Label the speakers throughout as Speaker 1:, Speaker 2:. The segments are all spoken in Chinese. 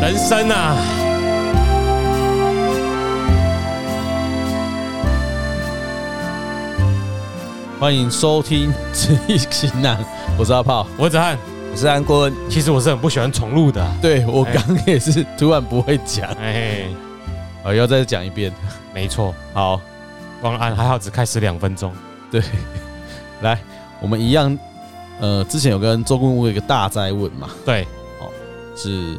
Speaker 1: 人生啊，
Speaker 2: 欢迎收听《知易行难》，我是阿炮，
Speaker 1: 我子翰，
Speaker 3: 我是安坤，
Speaker 1: 其实我是很不喜欢宠物的啊。
Speaker 2: 对哎我刚也是突然不会 讲，
Speaker 1: 哎，
Speaker 2: 啊，要再讲一遍。
Speaker 1: 没错，
Speaker 2: 好，
Speaker 1: 光安还好只开始两分钟。
Speaker 2: 对，来，我们一样，呃，之前有跟周公问一个大灾问嘛，
Speaker 1: 对，
Speaker 2: 是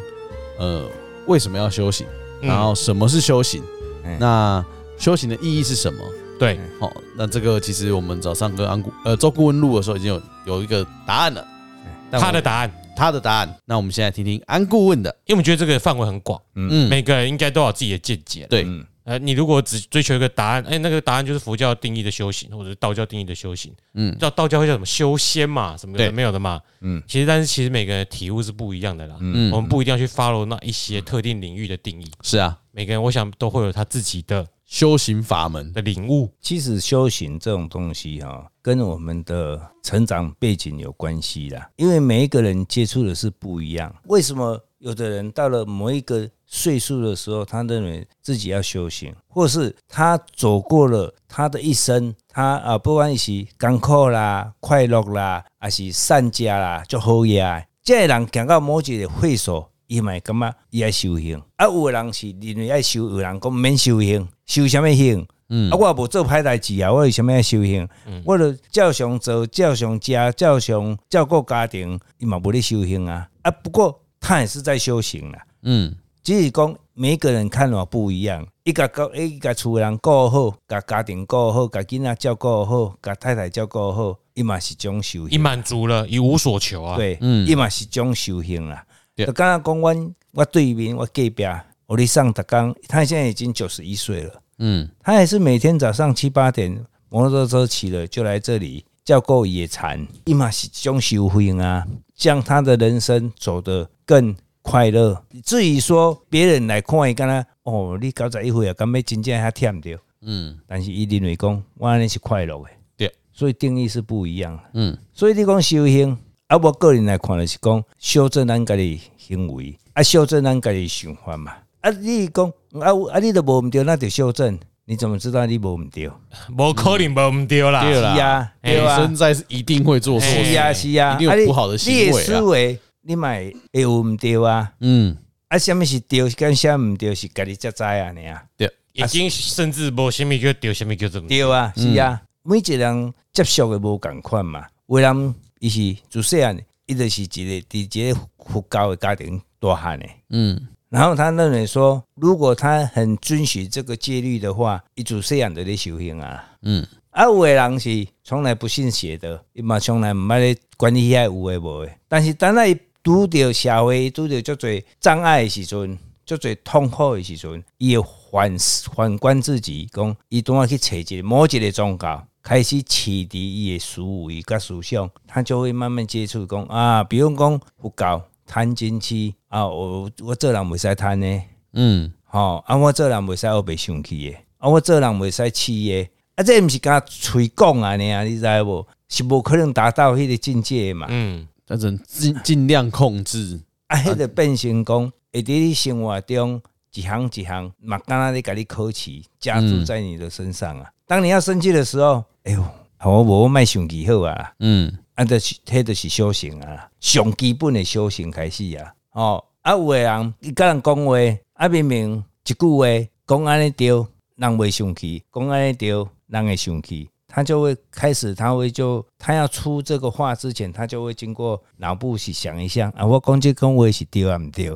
Speaker 2: 呃为什么要修行，
Speaker 1: 嗯
Speaker 2: 然后什么是修行，
Speaker 3: 嗯
Speaker 2: 那修行的意义是什么？
Speaker 1: 对，
Speaker 2: 好、那这个其实我们早上跟安顾呃周顾问录的时候已经有有一个答案了，
Speaker 3: 嗯
Speaker 2: 但我
Speaker 1: 他的答案，
Speaker 2: 他的答案，那我们现在听听安顾问的，
Speaker 1: 因为我们觉得这个范围很广，
Speaker 2: 嗯，
Speaker 1: 每个人应该都有自己的见解。
Speaker 2: 对
Speaker 3: 嗯
Speaker 1: 呃，你如果只追求一个答案，哎，那个答案就是佛教定义的修行，或者是道教定义的修行。
Speaker 2: 嗯
Speaker 1: 叫道教会叫什么修仙嘛，什么有的
Speaker 2: 对
Speaker 1: 没有的嘛。
Speaker 3: 嗯
Speaker 1: 其实但是其实每个人的体悟是不一样的啦。
Speaker 2: 嗯
Speaker 1: 我们不一定要去 follow 那一些特定领域的定义，
Speaker 2: 是啊，
Speaker 1: 每个人我想都会有他自己的
Speaker 2: 修行法门，
Speaker 1: 的领悟。
Speaker 3: 其实修行这种东西哈、跟我们的成长背景有关系啦。因为每一个人接触的是不一样。为什么有的人到了某一个岁数的时候，他认为自己要修行，或是他走过了他的一生，他啊，不管是艰苦啦、快乐啦，还是善家啦，就好嘢的。这个人行到某一个会所，伊嘛会感觉伊爱修行。啊，有的人是认为爱修，有的人讲免修行，修什么行？啊，我也无做歹代志啊，我为什么要修行？我著照常做，照常食，照常照顾家庭，伊嘛无咧修行啊。啊，不过他也是在修行啦，
Speaker 2: 嗯，
Speaker 3: 只是讲每一个人看法不一样。伊甲搞，伊甲厝的人顾好，甲家庭顾好，甲囡仔照顾好，甲太太照顾好，伊嘛是一种修
Speaker 1: 你
Speaker 3: 行。
Speaker 1: 满足了，一无所求啊。，
Speaker 3: 对，
Speaker 2: 嗯
Speaker 3: 伊嘛是一种修行啦。
Speaker 2: 对
Speaker 3: 就刚刚讲，阮我对面我隔壁，我咧上逐工，他现在已经九十一岁了。
Speaker 2: 嗯，
Speaker 3: 他也是每天早上七八点摩托车骑了就来这里叫够野餐，伊嘛是一种修行啊，让他的人生走得更快乐。至于说别人来看伊，敢若哦，你九十一岁啊，敢要真正遐忝着，
Speaker 2: 嗯，
Speaker 3: 但是伊认为讲，我安尼是快乐的，
Speaker 2: 对，
Speaker 3: 所以定义是不一样的。
Speaker 2: 嗯，
Speaker 3: 所以你讲修行，啊，我个人来看就是讲修正咱家己行为，啊，修正咱家己想法嘛。啊，你讲啊有啊，你都无毋对，那就修正。你怎么知道你无毋对？
Speaker 1: 无可能无唔丢啦。
Speaker 2: 嗯对啦
Speaker 3: 是啊，
Speaker 1: 哎
Speaker 3: 对
Speaker 2: 人
Speaker 3: 啊
Speaker 2: 生，在是一定会做错
Speaker 1: 哎
Speaker 3: 是
Speaker 2: 事，
Speaker 3: 啊，是啊。
Speaker 2: 一定有
Speaker 3: 啊你
Speaker 2: 不好的行为啊
Speaker 3: 你的思维，你买会有毋对啊？
Speaker 2: 嗯，
Speaker 3: 啊，什么是对，跟什么毋对，是家己才知啊，你啊，
Speaker 2: 对，
Speaker 1: 已经甚至无什么叫丢，什么叫怎么。
Speaker 3: 对啊，是啊。每一个人接受的无共款嘛，有的人伊是自细汉，伊就是一个伫一个佛教的家庭大汉的。
Speaker 2: 嗯，
Speaker 3: 然后他认为说，如果他很遵循这个戒律的话，一主信仰的咧修行啊。
Speaker 2: 嗯，
Speaker 3: 啊，有的人是从来不信邪的，伊嘛从来毋捌咧管理遐有诶无诶。但是等到伊拄着社会，拄着足侪障碍诶时阵，足侪痛苦诶时阵，伊会反反观自己，讲伊拄啊去找一个某一个宗教。开始启迪伊诶思维甲思想，他就会慢慢接触讲啊，比如讲佛教贪嗔痴啊，我我做人袂使贪呢，
Speaker 2: 嗯，
Speaker 3: 吼、啊，我做人袂使我袂生气的，啊，我做人袂使气的，啊，这毋是敢喙讲安尼啊，你知无？是无可能达到迄个境界的嘛。
Speaker 1: 嗯，
Speaker 2: 但是尽尽量控制，
Speaker 3: 啊，迄、个变成讲，会伫你生活中一项一项，嘛，敢若咧甲你考试，加注在你的身上啊。当你要生气的时候，哎哟，啊我无卖生气好啊啦。
Speaker 2: 嗯，
Speaker 3: 啊，就是迄就是修行啊，上基本的修行开始啊。哦，啊，有的人伊甲人讲话，啊，明明一句话讲安尼对，人袂生气；讲安尼对，人会生气。他就会开始，他会就他要出这个话之前，他就会经过脑部去想一想啊，我讲这讲话是对啊，毋对？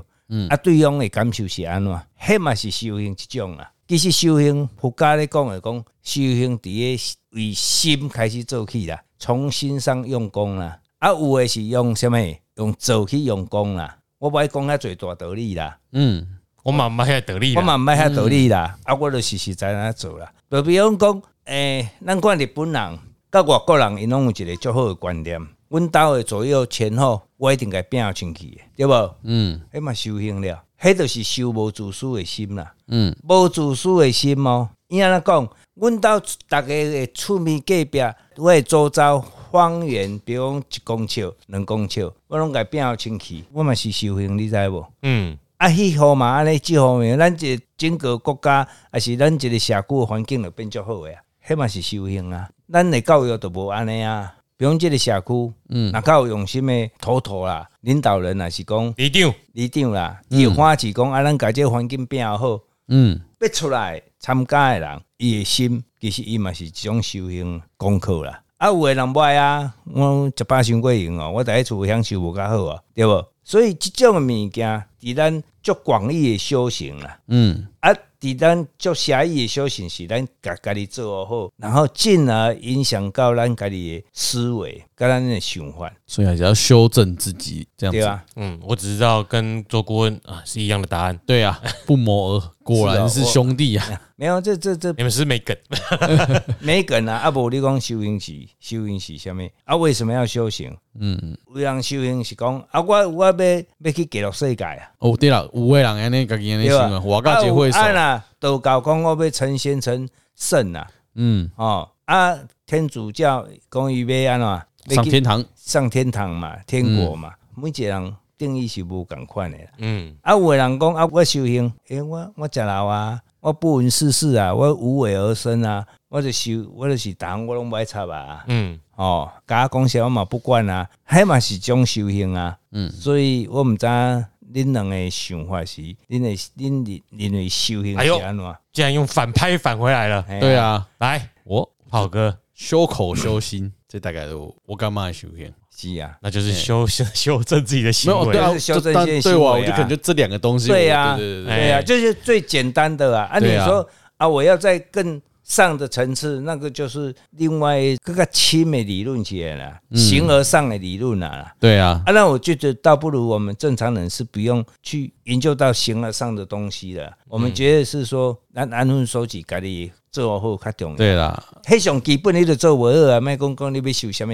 Speaker 3: 啊，对方的感受是安怎？迄嘛是修行一种啦。其实修行，佛家咧讲的讲，修行伫个为心开始做起啦，从心上用功啦。啊，有诶是用什么？用做去用功啦。我无爱讲遐侪大道理啦，
Speaker 2: 嗯，
Speaker 1: 我妈妈在得力
Speaker 3: 我
Speaker 1: 啦。
Speaker 3: 嘛毋爱遐道理啦。啊，我就实实在在做啦。就比方讲，诶、咱看日本人甲外国人，因拢有一个足好诶观念。阮兜诶左右前后，我一定甲摒清气的，对无？
Speaker 2: 嗯，
Speaker 3: 迄嘛修行了，迄就是修无自私的心啦，
Speaker 2: 嗯，
Speaker 3: 无自私的心哦。伊安尼讲，阮兜逐个的厝边隔壁，我的周遭方圆，比如讲一公尺、两公尺，我拢甲变好清气，我嘛是修行，你知无？
Speaker 1: 嗯，
Speaker 3: 啊，迄方嘛，安尼即方面，咱这整个国家，也是咱这个社区的环境就变足好诶啊，迄嘛是修行啊。咱的教育都无安尼啊，比如即个社区，嗯，若较有用心的头头啦，领导人也是讲
Speaker 1: 一定
Speaker 3: 里长啦，伊有欢喜讲啊，咱家这个环境变好，
Speaker 2: 嗯，
Speaker 3: 要出来参加的人，伊的心其实伊嘛是一种修行功课啦。啊，有的人不爱啊，我一摆伤过用哦，我第一次享受无较好啊，对无？所以即种的物件，伫咱足广义的修行啦，
Speaker 2: 嗯，
Speaker 3: 啊，伫咱足狭义的修行是咱家家己做好，然后进而影响到咱家己的思维，甲咱的想法，
Speaker 2: 所以还是要修正自己，这样
Speaker 3: 对啊
Speaker 2: 子。
Speaker 3: 吧？
Speaker 1: 嗯，我只知道跟做顾问啊是一样的答案。
Speaker 2: 对啊，不谋 而合果然是兄弟啊！
Speaker 3: 没有，这这这
Speaker 1: 你们是不是没梗，
Speaker 3: 没梗啊，啊无你讲修行是修行是啥物？啊，为什么要修行？嗯，有人修行是讲啊，我我要要去记录世界啊，
Speaker 2: 哦，对了，五位人安尼家己安尼
Speaker 3: 对
Speaker 2: 想
Speaker 3: 吧
Speaker 2: 啊，？我告结会手
Speaker 3: 啊，有啊啦，道教讲我要成仙成圣啊，
Speaker 2: 嗯，
Speaker 3: 哦啊，天主教讲伊要安怎
Speaker 2: 上
Speaker 3: 要去
Speaker 2: 天嗯堂，
Speaker 3: 上天堂嘛，天国嘛，每一个人定义是无共款的啦。
Speaker 1: 嗯，
Speaker 3: 啊，有的人讲啊，我修行，诶、我我食老啊，我不闻世事啊，我无为而生啊，我就修，我就是党，我拢不爱插啊。
Speaker 1: 嗯，
Speaker 3: 哦，甲我讲啥我嘛不管啊，迄嘛是一种修行啊。嗯，所以我毋知影恁两个想法是，恁的恁认认为修行
Speaker 1: 哎
Speaker 3: 是
Speaker 1: 呦
Speaker 3: 安怎？
Speaker 1: 竟然用反拍返回来了。
Speaker 3: 哎呀
Speaker 2: 对，啊，
Speaker 1: 来，
Speaker 2: 我
Speaker 1: 好哥，
Speaker 2: 修口修心，这大概是我我干嘛修行？
Speaker 3: 是啊，
Speaker 1: 那就是修 修正自己的
Speaker 2: 没
Speaker 1: 行
Speaker 2: 有对
Speaker 1: 为。
Speaker 2: 啊，
Speaker 3: 就是修正
Speaker 2: 但
Speaker 3: 一
Speaker 2: 对
Speaker 3: 些行
Speaker 2: 我
Speaker 3: 为
Speaker 2: 我就可能
Speaker 3: 啊
Speaker 2: 就这两个东西，
Speaker 3: 对
Speaker 2: 我
Speaker 3: 啊
Speaker 2: 对对对
Speaker 1: 哎
Speaker 3: 对啊，这是最简单的啊。啊，你
Speaker 2: 对啊
Speaker 3: 说啊，我要在更上的层次，那个就是另外更加深的理论起来了，形而上的理论啊。
Speaker 2: 对啊，
Speaker 3: 啊，那我觉得倒不如我们正常人是不用去研究到形而上的东西的。我
Speaker 2: 嗯
Speaker 3: 们觉得是说，咱安分守己，家己做好较重要。
Speaker 2: 对啦，
Speaker 3: 迄上基本你就做无好啊，莫讲讲你要受什物。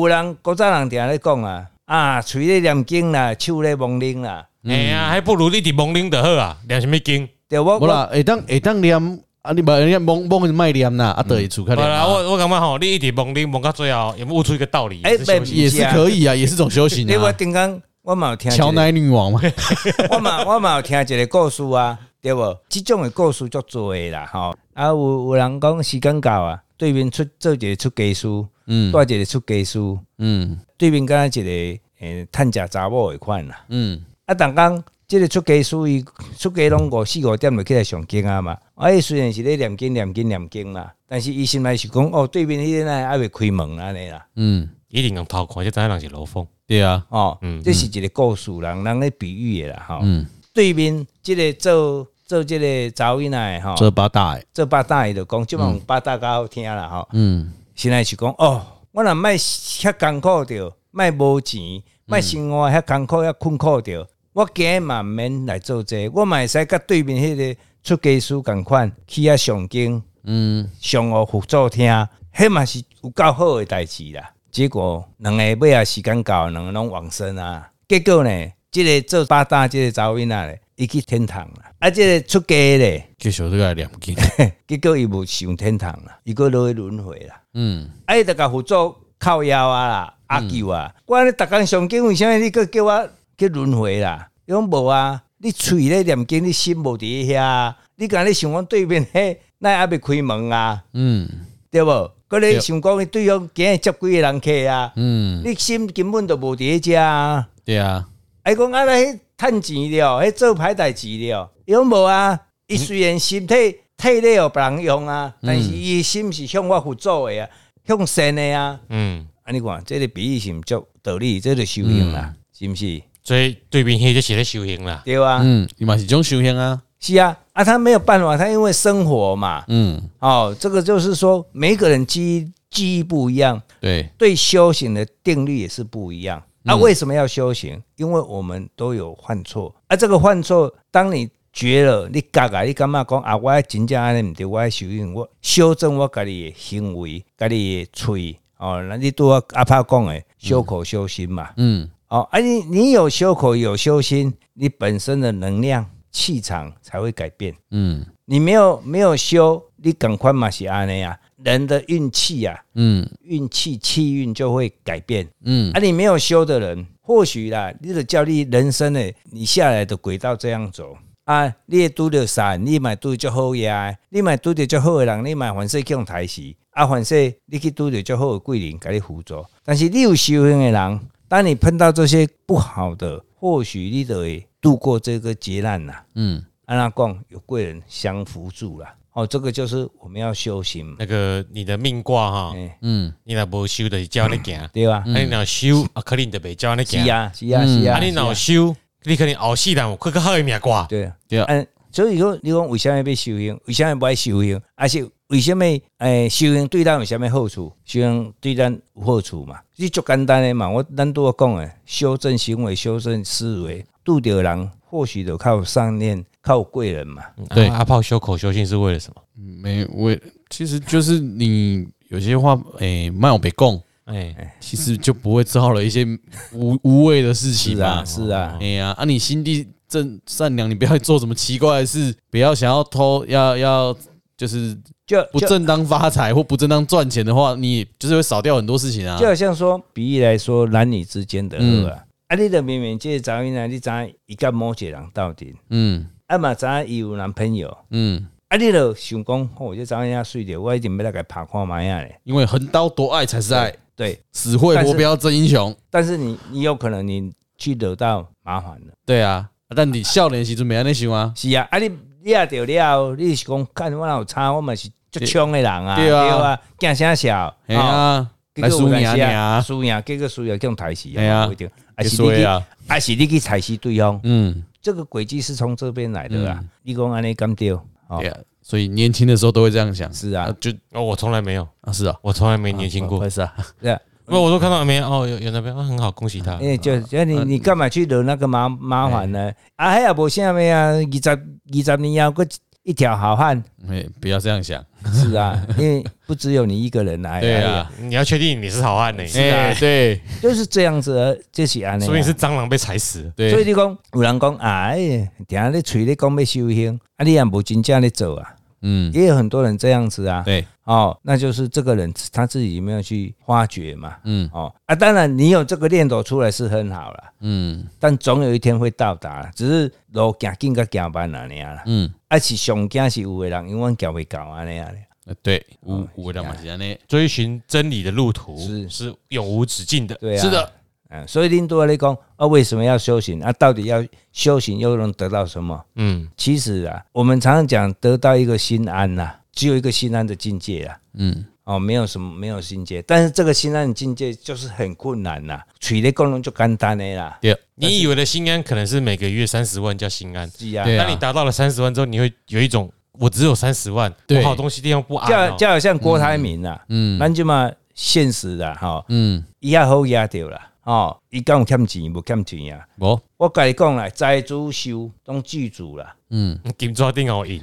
Speaker 3: 有人古早人定咧讲啊，啊，喙咧念经啦，手咧摸灵啦，
Speaker 1: 哎
Speaker 2: 嗯
Speaker 1: 呀，还不如你伫蒙林的好啊，两什么经？
Speaker 3: 对我
Speaker 2: 无
Speaker 3: 我
Speaker 2: 啦，会当会当念啊，你把人家蒙蒙卖念啦，
Speaker 3: 嗯
Speaker 2: 啊，等于出开
Speaker 1: 好啦，
Speaker 2: 念，
Speaker 1: 我我感觉吼，你一直蒙林蒙到最后，有没有悟出一个道理？
Speaker 3: 哎
Speaker 1: 也是修
Speaker 3: 不
Speaker 1: 行
Speaker 2: 也是可以啊，也是种修行
Speaker 3: 你我
Speaker 2: 啊。
Speaker 3: 顶工我嘛有听一
Speaker 2: 乔
Speaker 3: 个，
Speaker 2: 奶女王嘛，
Speaker 3: 我嘛我嘛有听一个故事啊，对无？即种的故事足多的啦，吼。啊，有有人讲时间到啊，对面出做一个出家师，
Speaker 2: 嗯
Speaker 3: 带一个出家师，
Speaker 2: 嗯
Speaker 3: 对面敢若一个诶趁食查某的款啦。
Speaker 2: 嗯，
Speaker 3: 啊，逐工即个出家师伊出家拢五四五点就起来上经啊嘛。啊，伊虽然是咧念经念经念经嘛，但是伊心内是讲哦，对面迄个呢还未开门啊安尼啦。
Speaker 2: 嗯，
Speaker 1: 一定用头看，就知影人是楼风。
Speaker 2: 对啊，
Speaker 3: 哦，
Speaker 1: 嗯
Speaker 3: 这是一个故事，人人咧比喻的啦，吼、
Speaker 2: 嗯
Speaker 3: 对面即个做做即个查某囡仔的吼，
Speaker 2: 这把大欸，
Speaker 3: 做八大伊就讲，即嘛八大较好听啦吼。
Speaker 2: 嗯
Speaker 3: 现在是讲哦，我若卖遐艰苦着，卖无钱，卖生活遐艰苦遐困苦着，我今日嘛毋免来做这个我嘛会使甲对面迄个出家师共款，去遐上经
Speaker 2: 嗯，
Speaker 3: 上学辅助听，迄嘛是有够好诶代志啦。结果两个尾啊时间到，两个拢往生啊。结果呢，即、个做八大即个查某囡仔咧，伊去天堂啦，啊，即、个出家咧，
Speaker 2: 继续这个念经，
Speaker 3: 结果伊无上天堂啦，伊个落去轮回啦。
Speaker 2: 嗯，
Speaker 3: 啊，伊就甲辅助靠腰啊啦，阿舅啊，我安尼逐工上经，为啥物你搁叫我 去轮回啦？伊讲无啊，你喙咧念经，你心无伫遐啊，你敢咧想讲对面迄，那还未开门啊，
Speaker 2: 嗯
Speaker 3: 对无？搁咧
Speaker 2: 对
Speaker 3: 想讲对方今日接几个人客啊，
Speaker 2: 嗯，
Speaker 3: 你心根本就无伫迄遮啊。
Speaker 2: 对啊，
Speaker 3: 伊讲啊，那迄趁钱了，迄做歹代志了，伊讲无啊，伊虽然身
Speaker 2: 嗯
Speaker 3: 体体咧有别人用啊，但是伊的心是向我辅助的啊，向善的啊。
Speaker 1: 嗯，
Speaker 3: 啊，你看，这个比喻是毋足道理，这个修行啦，
Speaker 2: 嗯
Speaker 3: 是毋是？
Speaker 1: 所以对面迄就是咧修行啦。
Speaker 3: 对啊，
Speaker 2: 嗯，你嘛是一种修行啊，
Speaker 3: 是啊，啊，他没有办法，他因为生活嘛，
Speaker 2: 嗯，
Speaker 3: 哦，这个就是说，每一个人记忆记忆不一样，
Speaker 2: 对，
Speaker 3: 对修行的定律也是不一样。啊，为什么要修行？因为我们都有犯错，啊，这个犯错，当你觉了，你觉啊，你感觉讲啊，我真正安尼毋对，我要修行，我修正我家己的行为，家己的喙，哦，那你对我阿爸讲的，修口修心嘛。
Speaker 2: 嗯
Speaker 3: 哦，啊你你有修口有修心，你本身的能量气场才会改变。
Speaker 2: 嗯
Speaker 3: 你没有没有修，你赶快嘛是安尼啊，人的运气啊，
Speaker 2: 嗯
Speaker 3: 运气气运就会改变。
Speaker 2: 嗯
Speaker 3: 啊，你没有修的人，或许啦，你的叫你人生的你下来的轨道这样走啊，你会拄着啥，你嘛拄着好呀，你嘛拄着较好的人，你嘛反正去用抬死啊，反正你去拄着较好的贵人给你辅助，但是你有修行的人，当你碰到这些不好的，或许你就会度过这个劫难呐、
Speaker 2: 嗯，
Speaker 3: 安那讲有贵人相扶助啦，哦，这个就是我们要修行嘛，
Speaker 1: 那个你的命卦哈，
Speaker 3: 哎
Speaker 2: 嗯，
Speaker 1: 你若无修就是照你行，啊
Speaker 3: 对吧？
Speaker 1: 你若修啊，可能你就袂照你
Speaker 3: 是
Speaker 1: 行。
Speaker 3: 啊，是啊，是
Speaker 1: 啊
Speaker 3: 啊，
Speaker 1: 你
Speaker 3: 是啊
Speaker 1: 若有修，你可能后世人有更较好的命卦。
Speaker 3: 对啊，
Speaker 2: 对啊
Speaker 3: 嗯，所以说，你讲为什么要修行？为什么不爱修行？而是为什么诶，哎修行对咱有什么好处？修行对咱有好处嘛？你足简单的嘛，我咱都讲诶，修正行为、修正思维，拄着人或许就靠上念、靠贵人嘛。
Speaker 1: 嗯
Speaker 2: 对
Speaker 1: 啊阿炮修口修心是为了什么？
Speaker 2: 嗯没我其实就是你有些话，诶，慢有别供，
Speaker 1: 哎，
Speaker 2: 其实就不会造了一些无无谓的事情
Speaker 3: 是啊，
Speaker 2: 嘛。
Speaker 3: 是啊，
Speaker 2: 哎呀，啊，你心地正善良，你不要做什么奇怪的事，不要想要偷，要要就是
Speaker 3: 就
Speaker 2: 不
Speaker 3: 就
Speaker 2: 正当发财或不正当赚钱的话，你就是会少掉很多事情啊嗯
Speaker 3: 就。好像说，比喻来说，男女之间的恶啊，啊，你的明明这个查某呢，你知影伊甲某一个人斗阵，
Speaker 2: 嗯
Speaker 3: 啊嘛知影伊有男朋友。
Speaker 2: 嗯，
Speaker 3: 啊，你著想讲，哦吼、这查某囝水着，我一定要来给拍看卖啊咧。
Speaker 2: 因为横刀夺爱才是爱，
Speaker 3: 对，
Speaker 2: 死会
Speaker 3: 但是
Speaker 2: 活标真英雄。
Speaker 3: 但是你你有可能你去惹到麻烦了。
Speaker 2: 对啊，啊但你少年时阵没安尼想啊。
Speaker 3: 是啊，啊你你也着了，你是讲看我哪有差，我嘛是足冲的人啊，
Speaker 2: 对啊
Speaker 3: 惊啥小，
Speaker 2: 哎呀，
Speaker 3: 结
Speaker 2: 来
Speaker 3: 果
Speaker 2: 输
Speaker 3: 有
Speaker 2: 你
Speaker 3: 当时
Speaker 2: 啊
Speaker 3: 啊，
Speaker 2: 你
Speaker 3: 输赢，结果输赢叫抬死
Speaker 2: 哎呀
Speaker 3: 不一定，啊是你
Speaker 2: 衰
Speaker 3: 去，
Speaker 2: 啊，
Speaker 3: 啊是你去踩死对方，
Speaker 2: 嗯，
Speaker 3: 这个轨迹是从这边来的啦
Speaker 2: 嗯。
Speaker 3: 你讲安尼敢对？哦
Speaker 2: 对，啊，所以年轻的时候都会这样想。
Speaker 3: 是啊，
Speaker 2: 就
Speaker 1: 哦，我从来没有，
Speaker 2: 啊是啊，
Speaker 1: 我从来没年轻
Speaker 2: 不
Speaker 1: 过
Speaker 2: 好。意思 啊，
Speaker 3: 对啊，
Speaker 1: 不，我都看到没有？哦，有有那边啊，很好，恭喜他。
Speaker 3: 哎，
Speaker 2: 啊
Speaker 3: 就就你你干嘛去惹那个麻麻烦呢？
Speaker 2: 哎
Speaker 3: 啊，迄也无啥物啊，二十二十年后个一条好汉，
Speaker 2: 哎，不要这样想。
Speaker 3: 是啊，因为不只有你一个人来，
Speaker 2: 对
Speaker 3: 哎呀
Speaker 2: 啊，
Speaker 1: 你要确定你是好汉呢，
Speaker 2: 哎，对
Speaker 3: 就是啊这样子的，就是安尼啊。
Speaker 1: 说明是蟑螂被踩死了。
Speaker 3: 所以
Speaker 2: 对，
Speaker 3: 你讲有人讲哎，定下咧嘴咧讲要修行，啊，你也无真正咧做啊，
Speaker 2: 嗯，
Speaker 3: 也有很多人这样子啊。
Speaker 2: 对，
Speaker 3: 哦，那就是这个人他自己没有去发掘嘛。
Speaker 2: 嗯
Speaker 3: 哦啊，当然你有这个念头出来是很好了，
Speaker 2: 嗯
Speaker 3: 但总有一天会到达，只是路行紧甲行慢啊尔啦。
Speaker 2: 嗯，
Speaker 3: 啊，是上惊是有的人永远行袂到安尼啊。
Speaker 2: 呃对，
Speaker 3: 哎
Speaker 2: 五五的嘛是安尼，
Speaker 1: 追寻真理的路途
Speaker 3: 是
Speaker 1: 是永无止境的。
Speaker 3: 对啊，
Speaker 2: 是的，
Speaker 3: 嗯，所以林多咧讲啊，为什么要修行啊？到底要修行又能得到什么？
Speaker 1: 嗯，
Speaker 3: 其实啊，我们常常讲得到一个心安呐、只有一个心安的境界啊。
Speaker 2: 嗯，
Speaker 3: 哦，没有什么，没有境界，但是这个心安的境界就是很困难呐、取的功能就简单的啦，
Speaker 2: 对
Speaker 1: 你以为的心安可能是每个月三十万叫心安，
Speaker 3: 是啊，
Speaker 2: 对啊
Speaker 1: 当你达到了三十万之后，你会有一种我只有三十万，
Speaker 2: 对
Speaker 1: 我好东西地方不安
Speaker 3: 就
Speaker 1: 哦。
Speaker 3: 就好像郭台铭呐、啊，
Speaker 2: 啊嗯
Speaker 3: 咱即嘛现实啦，吼、
Speaker 2: 嗯，
Speaker 3: 伊也好也着啦，哦，伊敢有欠钱无欠钱啊？
Speaker 2: 我
Speaker 3: 我甲你讲啦，财主修当剧主啦，
Speaker 2: 嗯，
Speaker 1: 金抓定我赢，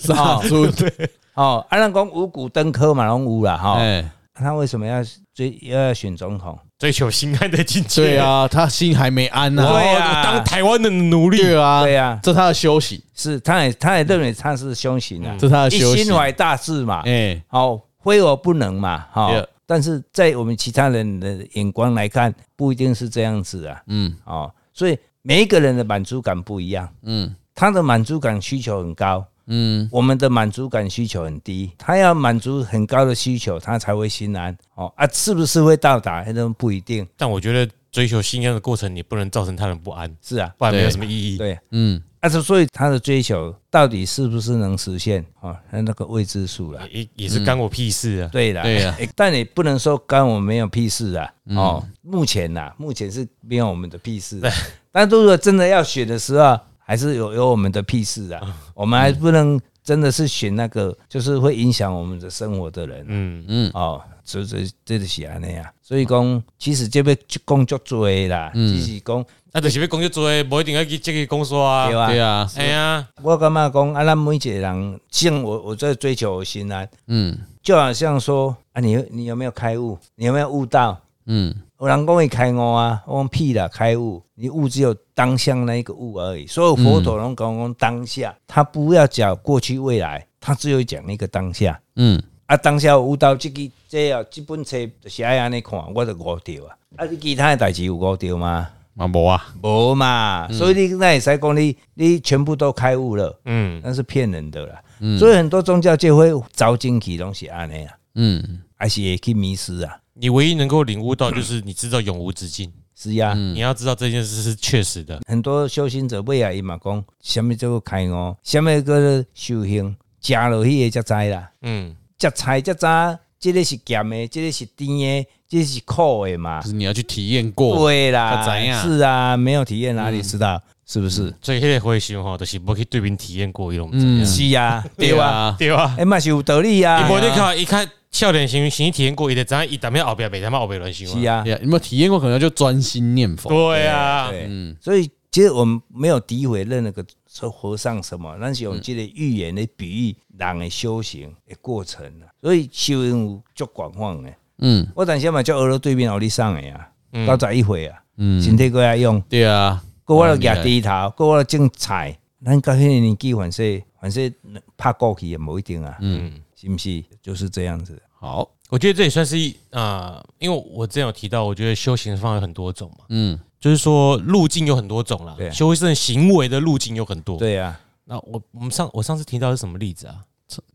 Speaker 2: 杀
Speaker 3: 啊
Speaker 2: 猪，
Speaker 3: 哦，啊，咱讲五谷登科嘛，拢有啦，吼、
Speaker 2: 哎，
Speaker 3: 他为什么要追要选总统？
Speaker 1: 追求心安的境界。
Speaker 2: 对，啊，他心还没安
Speaker 1: 我
Speaker 2: 呐，
Speaker 3: 对啊
Speaker 1: 当台湾的奴隶。
Speaker 2: 对啊，
Speaker 3: 对啊，
Speaker 2: 这他的修行，
Speaker 3: 是他也他也认为他是修行啊，
Speaker 2: 这他的
Speaker 3: 一
Speaker 2: 修
Speaker 3: 心
Speaker 2: 行，
Speaker 3: 怀大志嘛，
Speaker 2: 哎，
Speaker 3: 哦，非我不能嘛，哈、
Speaker 2: Yeah
Speaker 3: 但是在我们其他人的眼光来看，不一定是这样子啊，
Speaker 2: 嗯
Speaker 3: 哦，所以每一个人的满足感不一样，
Speaker 2: 嗯
Speaker 3: 他的满足感需求很高，
Speaker 2: 嗯，
Speaker 3: 我们的满足感需求很低，他要满足很高的需求，他才会心安，哦啊，是不是会到达？那不一定，
Speaker 1: 但我觉得追求心安的过程，你不能造成他人不安，
Speaker 3: 是啊，
Speaker 1: 不然没有
Speaker 2: 对
Speaker 1: 什么意义。
Speaker 3: 对。
Speaker 2: 嗯，
Speaker 3: 啊，所所以他的追求到底是不是能实现啊？哦那那个未知数了。
Speaker 1: 也也是干我屁事啊！
Speaker 3: 对啦，
Speaker 2: 对啊
Speaker 3: 欸但你不能说干我没有屁事啊。哦，目前呐，目前是没有我们的屁事啊。但如果真的要选的时候，还是有有我们的屁事啊。我们还不能真的是选那个，就是会影响我们的生活的人。
Speaker 1: 嗯，
Speaker 3: 哦，这这这就是安尼啊。所以讲，其实这边工作做的啦，只是讲
Speaker 1: 那就是要工作做的，不一定要去这个工作啊
Speaker 3: 对。吧
Speaker 2: 对？啊，
Speaker 1: 哎呀，
Speaker 3: 我感觉讲啊，咱每一个人，像我我在追求心安，
Speaker 2: 嗯
Speaker 3: 就好像说啊，你你有没有开悟？你有没有悟到？
Speaker 2: 嗯
Speaker 3: 有人讲会开悟啊，我讲屁啦，开悟，你悟只有当下那一个悟而已。所有佛陀拢讲讲当下，他不要讲过去未来，他只有讲一个当下。
Speaker 2: 嗯
Speaker 3: 啊，当下有到即个这啊，即本册就是爱安尼看，我就误掉啊。啊，你其他的代志有误掉吗？
Speaker 2: 嘛无啊，
Speaker 3: 无嘛，所以你那也使讲你你全部都开悟了，
Speaker 1: 嗯，
Speaker 3: 那是骗人的啦。所以很多宗教就会招进去拢是安尼啊，
Speaker 2: 嗯，
Speaker 3: 还是会去迷失啊，
Speaker 1: 你唯一能够领悟到就是你知道永无止境，
Speaker 3: 是呀、
Speaker 2: 嗯
Speaker 1: 你要知道这件事是确实的，
Speaker 3: 很多修行者尾啊，伊嘛讲，什么叫做开悟，什么叫做修行，食落去的才知啦。
Speaker 1: 嗯，
Speaker 3: 食菜才知，即个是咸的，即个是甜的，即个是苦的嘛
Speaker 2: 就。是你要去体验过，
Speaker 3: 对啊啦，
Speaker 2: 哦较知影嗯
Speaker 3: 是啊，没有体验哪里知道？是不是？
Speaker 1: 所以迄个回想吼，就是无去对面体验过一种，
Speaker 2: 嗯
Speaker 1: 嗯，
Speaker 3: 是啊，对
Speaker 2: 对
Speaker 3: 啊，
Speaker 2: 啊，
Speaker 1: 对吧？
Speaker 3: 哎嘛是有道理
Speaker 1: 你无
Speaker 3: 啊。
Speaker 1: 你看，伊看笑脸型型体验过，伊就知影伊当面后壁袂他妈后壁乱想
Speaker 3: 是。啊
Speaker 2: 对，啊，有没有体验过？可能就专心念佛，
Speaker 1: 对啊，
Speaker 3: 对，所以其实我们没有诋毁任何个说和尚什么，咱是用这个寓言的比喻人的修行的过程啊。所以修行有足广泛的。
Speaker 2: 嗯
Speaker 3: 我等下嘛叫俄罗对面后你上的啊，到十一岁啊，身
Speaker 2: 嗯，
Speaker 3: 体过来用。
Speaker 2: 对啊，
Speaker 3: 个我了举低头，个我了种菜，咱到迄个年纪，反正反正拍过去也无一定啊，
Speaker 1: 嗯，
Speaker 3: 是不是？就是这样子。
Speaker 2: 好，
Speaker 1: 我觉得这也算是一啊、因为我之前有提到，我觉得修行的方法有很多种嘛，
Speaker 2: 嗯
Speaker 1: 就是说路径有很多种啦
Speaker 3: 对，啊
Speaker 1: 修行行为的路径有很多。，
Speaker 3: 对啊，
Speaker 1: 那我我们上我上次提到是什么例子啊？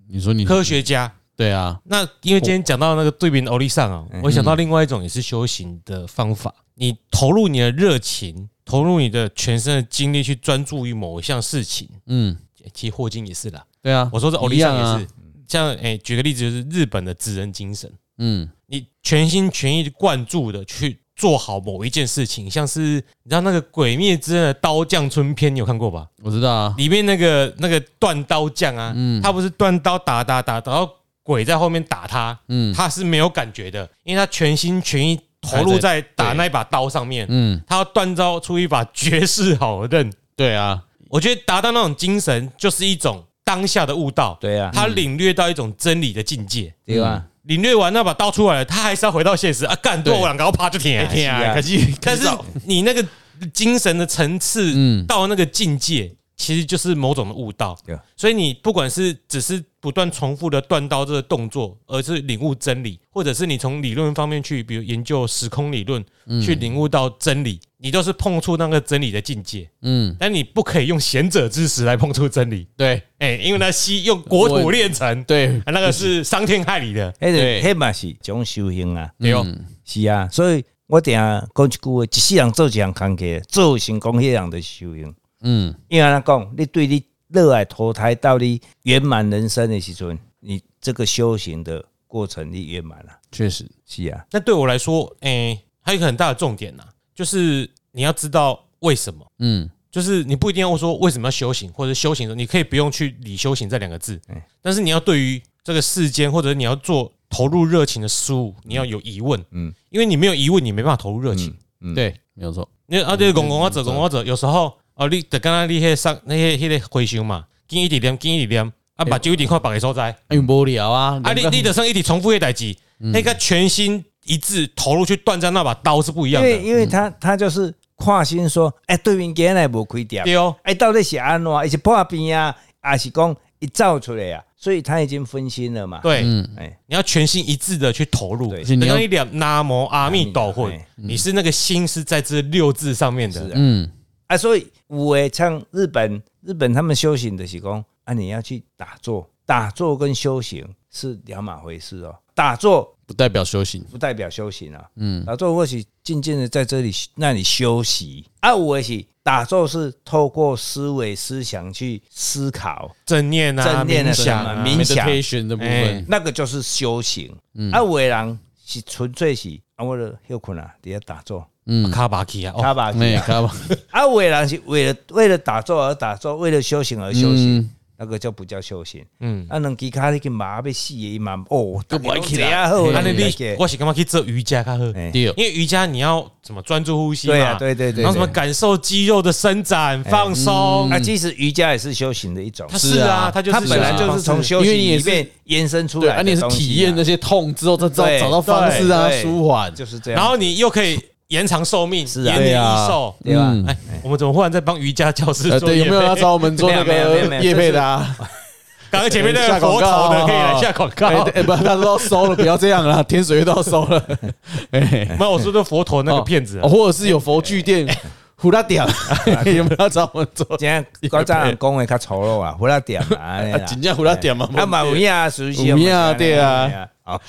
Speaker 2: 你说你
Speaker 1: 科学家。
Speaker 2: 对啊，
Speaker 1: 那因为今天讲到那个对面欧力上啊，
Speaker 3: 嗯
Speaker 1: 我想到另外一种也是修行的方法，你投入你的热情，投入你的全身的精力去专注于某一项事情，
Speaker 2: 嗯，
Speaker 1: 其实霍金也是啦。
Speaker 2: 对啊，
Speaker 1: 我说这欧
Speaker 2: 一
Speaker 1: 力
Speaker 2: 样
Speaker 1: 上
Speaker 2: 啊
Speaker 1: 也是，像诶、举个例子就是日本的职人精神，
Speaker 2: 嗯
Speaker 1: 你全心全意灌注的去做好某一件事情，像是你知道那个《鬼灭之刃》的刀匠村篇，你有看过吧？
Speaker 2: 我知道啊，
Speaker 1: 里面那个那个断刀匠啊，
Speaker 2: 嗯
Speaker 1: 他不是断刀打打打打到鬼在后面打他，
Speaker 2: 嗯
Speaker 1: 他是没有感觉的，因为他全心全意投入在打那一把刀上面，
Speaker 2: 嗯，
Speaker 1: 他要锻造出一把绝世好刃。
Speaker 2: 对 啊，
Speaker 1: 我觉得达到那种精神，就是一种当下的悟道，
Speaker 3: 对啊，
Speaker 1: 他领略到一种真理的境界。
Speaker 3: 对啊，
Speaker 1: 领略完那把刀出来了，他还是要回到现实啊！干对
Speaker 2: 对
Speaker 1: 我两个要啪就停
Speaker 3: 是啊
Speaker 1: 哎可惜，但是你那个精神的层次
Speaker 2: 嗯
Speaker 1: 到那个境界，其实就是某种的悟道
Speaker 3: 对。
Speaker 1: 所以你不管是只是不断重复的断刀这个动作，而是领悟真理，或者是你从理论方面去，比如研究时空理论，去领悟到真理，你都是碰触那个真理的境界。
Speaker 2: 嗯，
Speaker 1: 但你不可以用贤者之石来碰触真理，
Speaker 2: 对
Speaker 1: 哎，因为那西用国土
Speaker 2: 我
Speaker 1: 炼成，
Speaker 2: 对，
Speaker 1: 啊那个是伤天害理的。
Speaker 3: 迄
Speaker 2: 对
Speaker 3: 个迄嘛是一种修行啊，
Speaker 1: 对哦，
Speaker 3: 是啊。所以我定讲一句话，一世人做一项工课，做成功迄样的修行。
Speaker 2: 嗯
Speaker 3: 因为安讲，你对你热爱投胎到你圆满人生的时阵，你这个修行的过程你圆满了。
Speaker 2: 确实，
Speaker 3: 是啊，
Speaker 1: 那对我来说，诶、还有一个很大的重点呐、就是你要知道为什么。
Speaker 2: 嗯
Speaker 1: 就是你不一定要说为什么要修行，或者修行的，你可以不用去理“修行”这两个字
Speaker 3: 嗯，
Speaker 1: 但是你要对于这个世间或者你要做投入热情的事物，你要有疑问，
Speaker 3: 嗯
Speaker 1: 因为你没有疑问，你没办法投入热情。
Speaker 3: 嗯，
Speaker 2: 对，没有错，
Speaker 1: 你啊，对，公公啊，者公公啊，者有时候哦，你得刚刚你迄上那些那个回想嘛，紧一点点，紧一点点，啊，把睭一点看别个所在，
Speaker 2: 哎，无聊啊，
Speaker 1: 啊，你你得上一直重复的代志，
Speaker 2: 嗯
Speaker 1: 那个全心一致投入去断战那把刀是不一
Speaker 3: 因
Speaker 1: 样
Speaker 3: 为
Speaker 1: 的。
Speaker 3: 因为他他就是跨心说，哎、对面今来无开店，
Speaker 1: 对哦，
Speaker 3: 哎、到底是安怎？伊是破病啊，还是讲一造出来啊？所以他已经分心了嘛。，
Speaker 1: 对，
Speaker 2: 嗯
Speaker 3: 哎、
Speaker 1: 你要全心一致的去投入。
Speaker 3: 对
Speaker 2: 而且你
Speaker 1: 等
Speaker 2: 要
Speaker 1: 到你两啊南无阿弥陀佛
Speaker 3: 阿弥陀佛，哎
Speaker 1: 你是那个心是在这六字上面
Speaker 3: 是
Speaker 1: 的。
Speaker 3: 啊
Speaker 2: 嗯
Speaker 3: 啊，所以有诶，像日本日本他们修行的是讲啊，你要去打坐，打坐跟修行是两码回事哦。打坐
Speaker 2: 不代表修行，
Speaker 3: 不代表修行啊，
Speaker 2: 嗯
Speaker 3: 打坐或许静静的在这里那里休息。啊，有的是打坐是透过思维思想去思考，
Speaker 1: 正念啊，
Speaker 3: 正念
Speaker 1: 冥
Speaker 3: 啊
Speaker 1: 想
Speaker 3: 什
Speaker 1: 啊
Speaker 3: 么，冥想
Speaker 2: meditation 的部
Speaker 1: 哎
Speaker 2: 分，
Speaker 3: 那个就是修行。啊，有的人是纯粹是啊，我了休困啊，底下打坐，
Speaker 2: 嗯，
Speaker 1: 卡巴奇啊，哦
Speaker 3: 卡
Speaker 2: 哎，
Speaker 3: 巴去。
Speaker 2: 看吧，
Speaker 3: 啊，有的人是为了为了打坐而打坐，为了修行而修行，
Speaker 2: 嗯，
Speaker 3: 那个就不叫修行。
Speaker 1: 嗯，
Speaker 3: 啊，两支骹你去麻要死的伊嘛，哦，
Speaker 2: 就
Speaker 3: 都
Speaker 2: 不爱
Speaker 3: 袂
Speaker 2: 去
Speaker 3: 起
Speaker 2: 啦
Speaker 3: 来好
Speaker 1: 啊，
Speaker 3: 啦，
Speaker 1: 那
Speaker 3: 你
Speaker 1: 你
Speaker 3: 去
Speaker 1: 我是干嘛去做瑜伽较好？
Speaker 3: 哎
Speaker 2: 对，哦
Speaker 1: 因为瑜伽你要怎么专注呼吸
Speaker 3: 对啊，
Speaker 1: 嘛，
Speaker 3: 对对对
Speaker 1: 然后什么
Speaker 3: 对。
Speaker 1: 感受肌肉的伸展、放松，
Speaker 2: 嗯
Speaker 1: 哎
Speaker 3: 啊，其实瑜伽也是修行的一种
Speaker 1: 它，
Speaker 2: 是
Speaker 1: 是
Speaker 2: 啊
Speaker 1: 啊，它就是
Speaker 3: 它本来
Speaker 1: 想
Speaker 3: 就是从
Speaker 2: 因
Speaker 3: 修行
Speaker 2: 为你也
Speaker 3: 里
Speaker 2: 是
Speaker 3: 面延伸出
Speaker 2: 对，
Speaker 3: 来
Speaker 2: 啊，
Speaker 3: 的
Speaker 2: 你也是
Speaker 3: 东西啊
Speaker 2: 体验那些痛之后，再找
Speaker 3: 对
Speaker 2: 找到方式啊，
Speaker 3: 对
Speaker 2: 舒缓，
Speaker 3: 就是这
Speaker 1: 然
Speaker 3: 样，
Speaker 1: 后你又可以延长寿命，
Speaker 3: 是啊
Speaker 1: 延年
Speaker 2: 对啊
Speaker 1: 益寿。
Speaker 3: 对吧？
Speaker 2: 嗯
Speaker 1: 哎，我们怎么忽然在帮瑜伽教师
Speaker 2: 呃，
Speaker 1: 做
Speaker 2: 对，有
Speaker 1: 业
Speaker 2: 没有
Speaker 1: 配
Speaker 2: 要找我们做那
Speaker 3: 没有没有没有
Speaker 2: 个
Speaker 3: 没有
Speaker 2: 叶配的啊？
Speaker 1: 刚刚 前面那
Speaker 2: 下
Speaker 1: 个
Speaker 2: 广
Speaker 1: 佛
Speaker 2: 告
Speaker 1: 头的
Speaker 2: 啊
Speaker 1: 可以来下广
Speaker 2: 哎、
Speaker 1: 告。
Speaker 2: 哎不，他都要收了，不要这 样了，天水都要收了。哎、
Speaker 1: 没有，我说的佛头那个骗子啊
Speaker 2: 哦，，或者是有佛具 店，胡拉点，有没有找我们做？
Speaker 1: 哎
Speaker 3: 今天高早人讲的较粗鲁啊，胡辣点嘛，安 尼
Speaker 2: 啊
Speaker 3: 啦，
Speaker 2: 真正胡拉点嘛？
Speaker 1: 哎
Speaker 3: 啊嘛有影啊，哦熟悉
Speaker 2: 有影啊对啊，
Speaker 3: 好，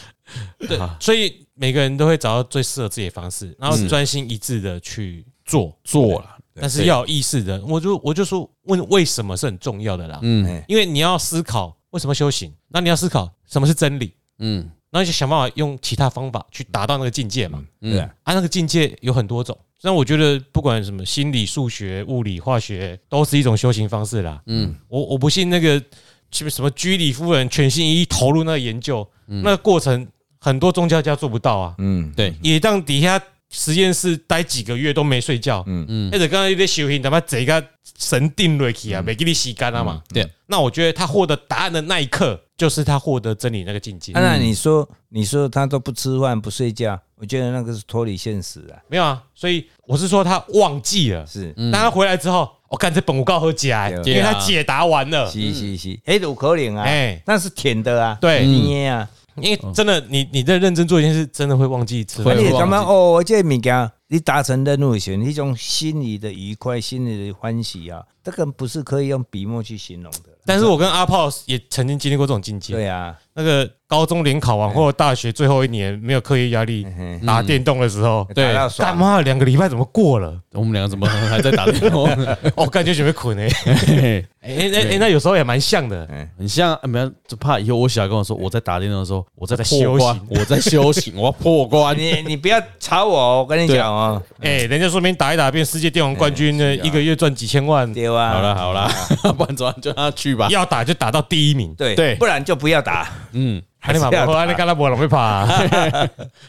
Speaker 1: 对，所以每个人都会找到最适合自己的方式，然后专心一致的去做，
Speaker 2: 做了，
Speaker 1: 但是要有意识的。我就我就说，问为什么是很重要的啦，
Speaker 2: 嗯
Speaker 3: 哎
Speaker 1: 因为你要思考为什么修行，那你要思考什么是真理，
Speaker 2: 嗯
Speaker 1: 然后就想办法用其他方法去达到那个境界嘛。
Speaker 2: 嗯
Speaker 3: 对啊，
Speaker 1: 啊，那个境界有很多种。但我觉得不管什么心理、数学、物理、化学，都是一种修行方式啦。
Speaker 2: 嗯，
Speaker 1: 我我不信那个什么什么居里夫人全心一意投入那个研究，那个过程很多宗教家做不到啊。
Speaker 3: 嗯，
Speaker 2: 对，
Speaker 1: 也让底下实验室待几个月都没睡觉，
Speaker 3: 嗯
Speaker 1: 嗯嗯，或者刚刚一些修行他妈整个神定瑞去啊，没给你洗干了嘛。
Speaker 2: 对，
Speaker 1: 那我觉得他获得答案的那一刻，就是他获得真理那个境界
Speaker 3: 啊。那你说，你说他都不吃饭不睡觉，我觉得那个是脱离现实啊，
Speaker 1: 没有啊，所以我是说他忘记了，
Speaker 3: 是，
Speaker 1: 但他回来之后，我干这本我告和解，因
Speaker 3: 对啊
Speaker 1: 为他解答完了，
Speaker 3: 是
Speaker 2: 嗯
Speaker 3: 是是，哎，有可能啊，
Speaker 1: 哎
Speaker 3: 但是甜的啊，
Speaker 1: 对
Speaker 3: 捏啊，
Speaker 2: 嗯
Speaker 1: 因为真的你你在认真做一件事，真的会忘记吃
Speaker 3: 而
Speaker 2: 会
Speaker 1: 饭。
Speaker 3: 且
Speaker 2: 忘
Speaker 3: 感觉
Speaker 2: 记
Speaker 3: 哦，这物件你达成任务的时候，那种心里的愉快、心里的欢喜啊，这个不是可以用笔墨去形容的。
Speaker 1: 但是我跟阿炮也曾经经历过这种境界，
Speaker 3: 对啊，
Speaker 1: 那个高中联考完或者大学最后一年没有课业压力，
Speaker 3: 嗯
Speaker 1: 打电动的时候，
Speaker 2: 对
Speaker 3: 打到
Speaker 1: 干
Speaker 3: 爽，
Speaker 1: 嘛两个礼拜怎么过 了？
Speaker 2: 我们两个怎么还在打电 话？
Speaker 1: 哦，感觉准备 捆哎
Speaker 2: 嘿
Speaker 1: 哎哎哎，那有时候也蛮像的。
Speaker 3: 嗯
Speaker 2: 很像，哎没有，就怕以后我小孩跟我说我在打电动的时候，我在
Speaker 1: 在
Speaker 2: 破
Speaker 1: 修
Speaker 2: 关
Speaker 1: 行
Speaker 2: 我在 修行，我要破关。
Speaker 3: 你你不要吵我哦，我跟你
Speaker 2: 对
Speaker 3: 讲哦，
Speaker 1: 哎，人家说明打一打变世界电玩冠军呢，一个月赚几千万，
Speaker 3: 啊对啊，
Speaker 2: 好了，好了，不然昨晚就让他去吧。
Speaker 1: 要打就打到第一名。
Speaker 3: 对
Speaker 2: 对
Speaker 3: 不然就不要打。
Speaker 2: 嗯，
Speaker 1: 还你妈不你干拉伯龙 会怕，啊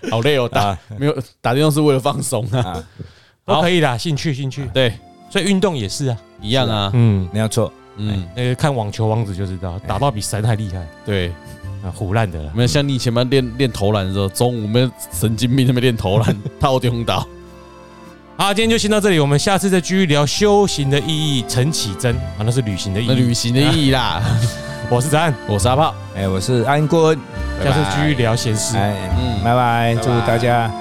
Speaker 2: 好累哦，打没有打电动是为了放松啊。
Speaker 1: 都可以啦，兴趣兴趣。
Speaker 2: 对，
Speaker 1: 所以运动也是啊，
Speaker 2: 一样啊。
Speaker 1: 嗯，
Speaker 3: 没有错，
Speaker 2: 嗯，
Speaker 1: 那个看网球王子就知
Speaker 2: 哎
Speaker 1: 道，打到比神还厉害，
Speaker 2: 对，
Speaker 1: 啊，胡烂的啦。
Speaker 2: 没有像你以前班练练投篮的时候，中午没有神经病那边练投 篮，套中岛。
Speaker 1: 好，今天就先到这里，我们下次再继续聊修行的意义。陈启真啊，那是旅行的意
Speaker 2: 那旅
Speaker 1: 义。
Speaker 2: 行的意义啦。
Speaker 1: 我是子安，
Speaker 2: 我是阿炮，
Speaker 3: 哎，我是安坤，
Speaker 1: 下次继续聊闲事。
Speaker 3: 哎，
Speaker 2: 嗯
Speaker 3: 拜拜，
Speaker 2: 拜
Speaker 3: 祝大家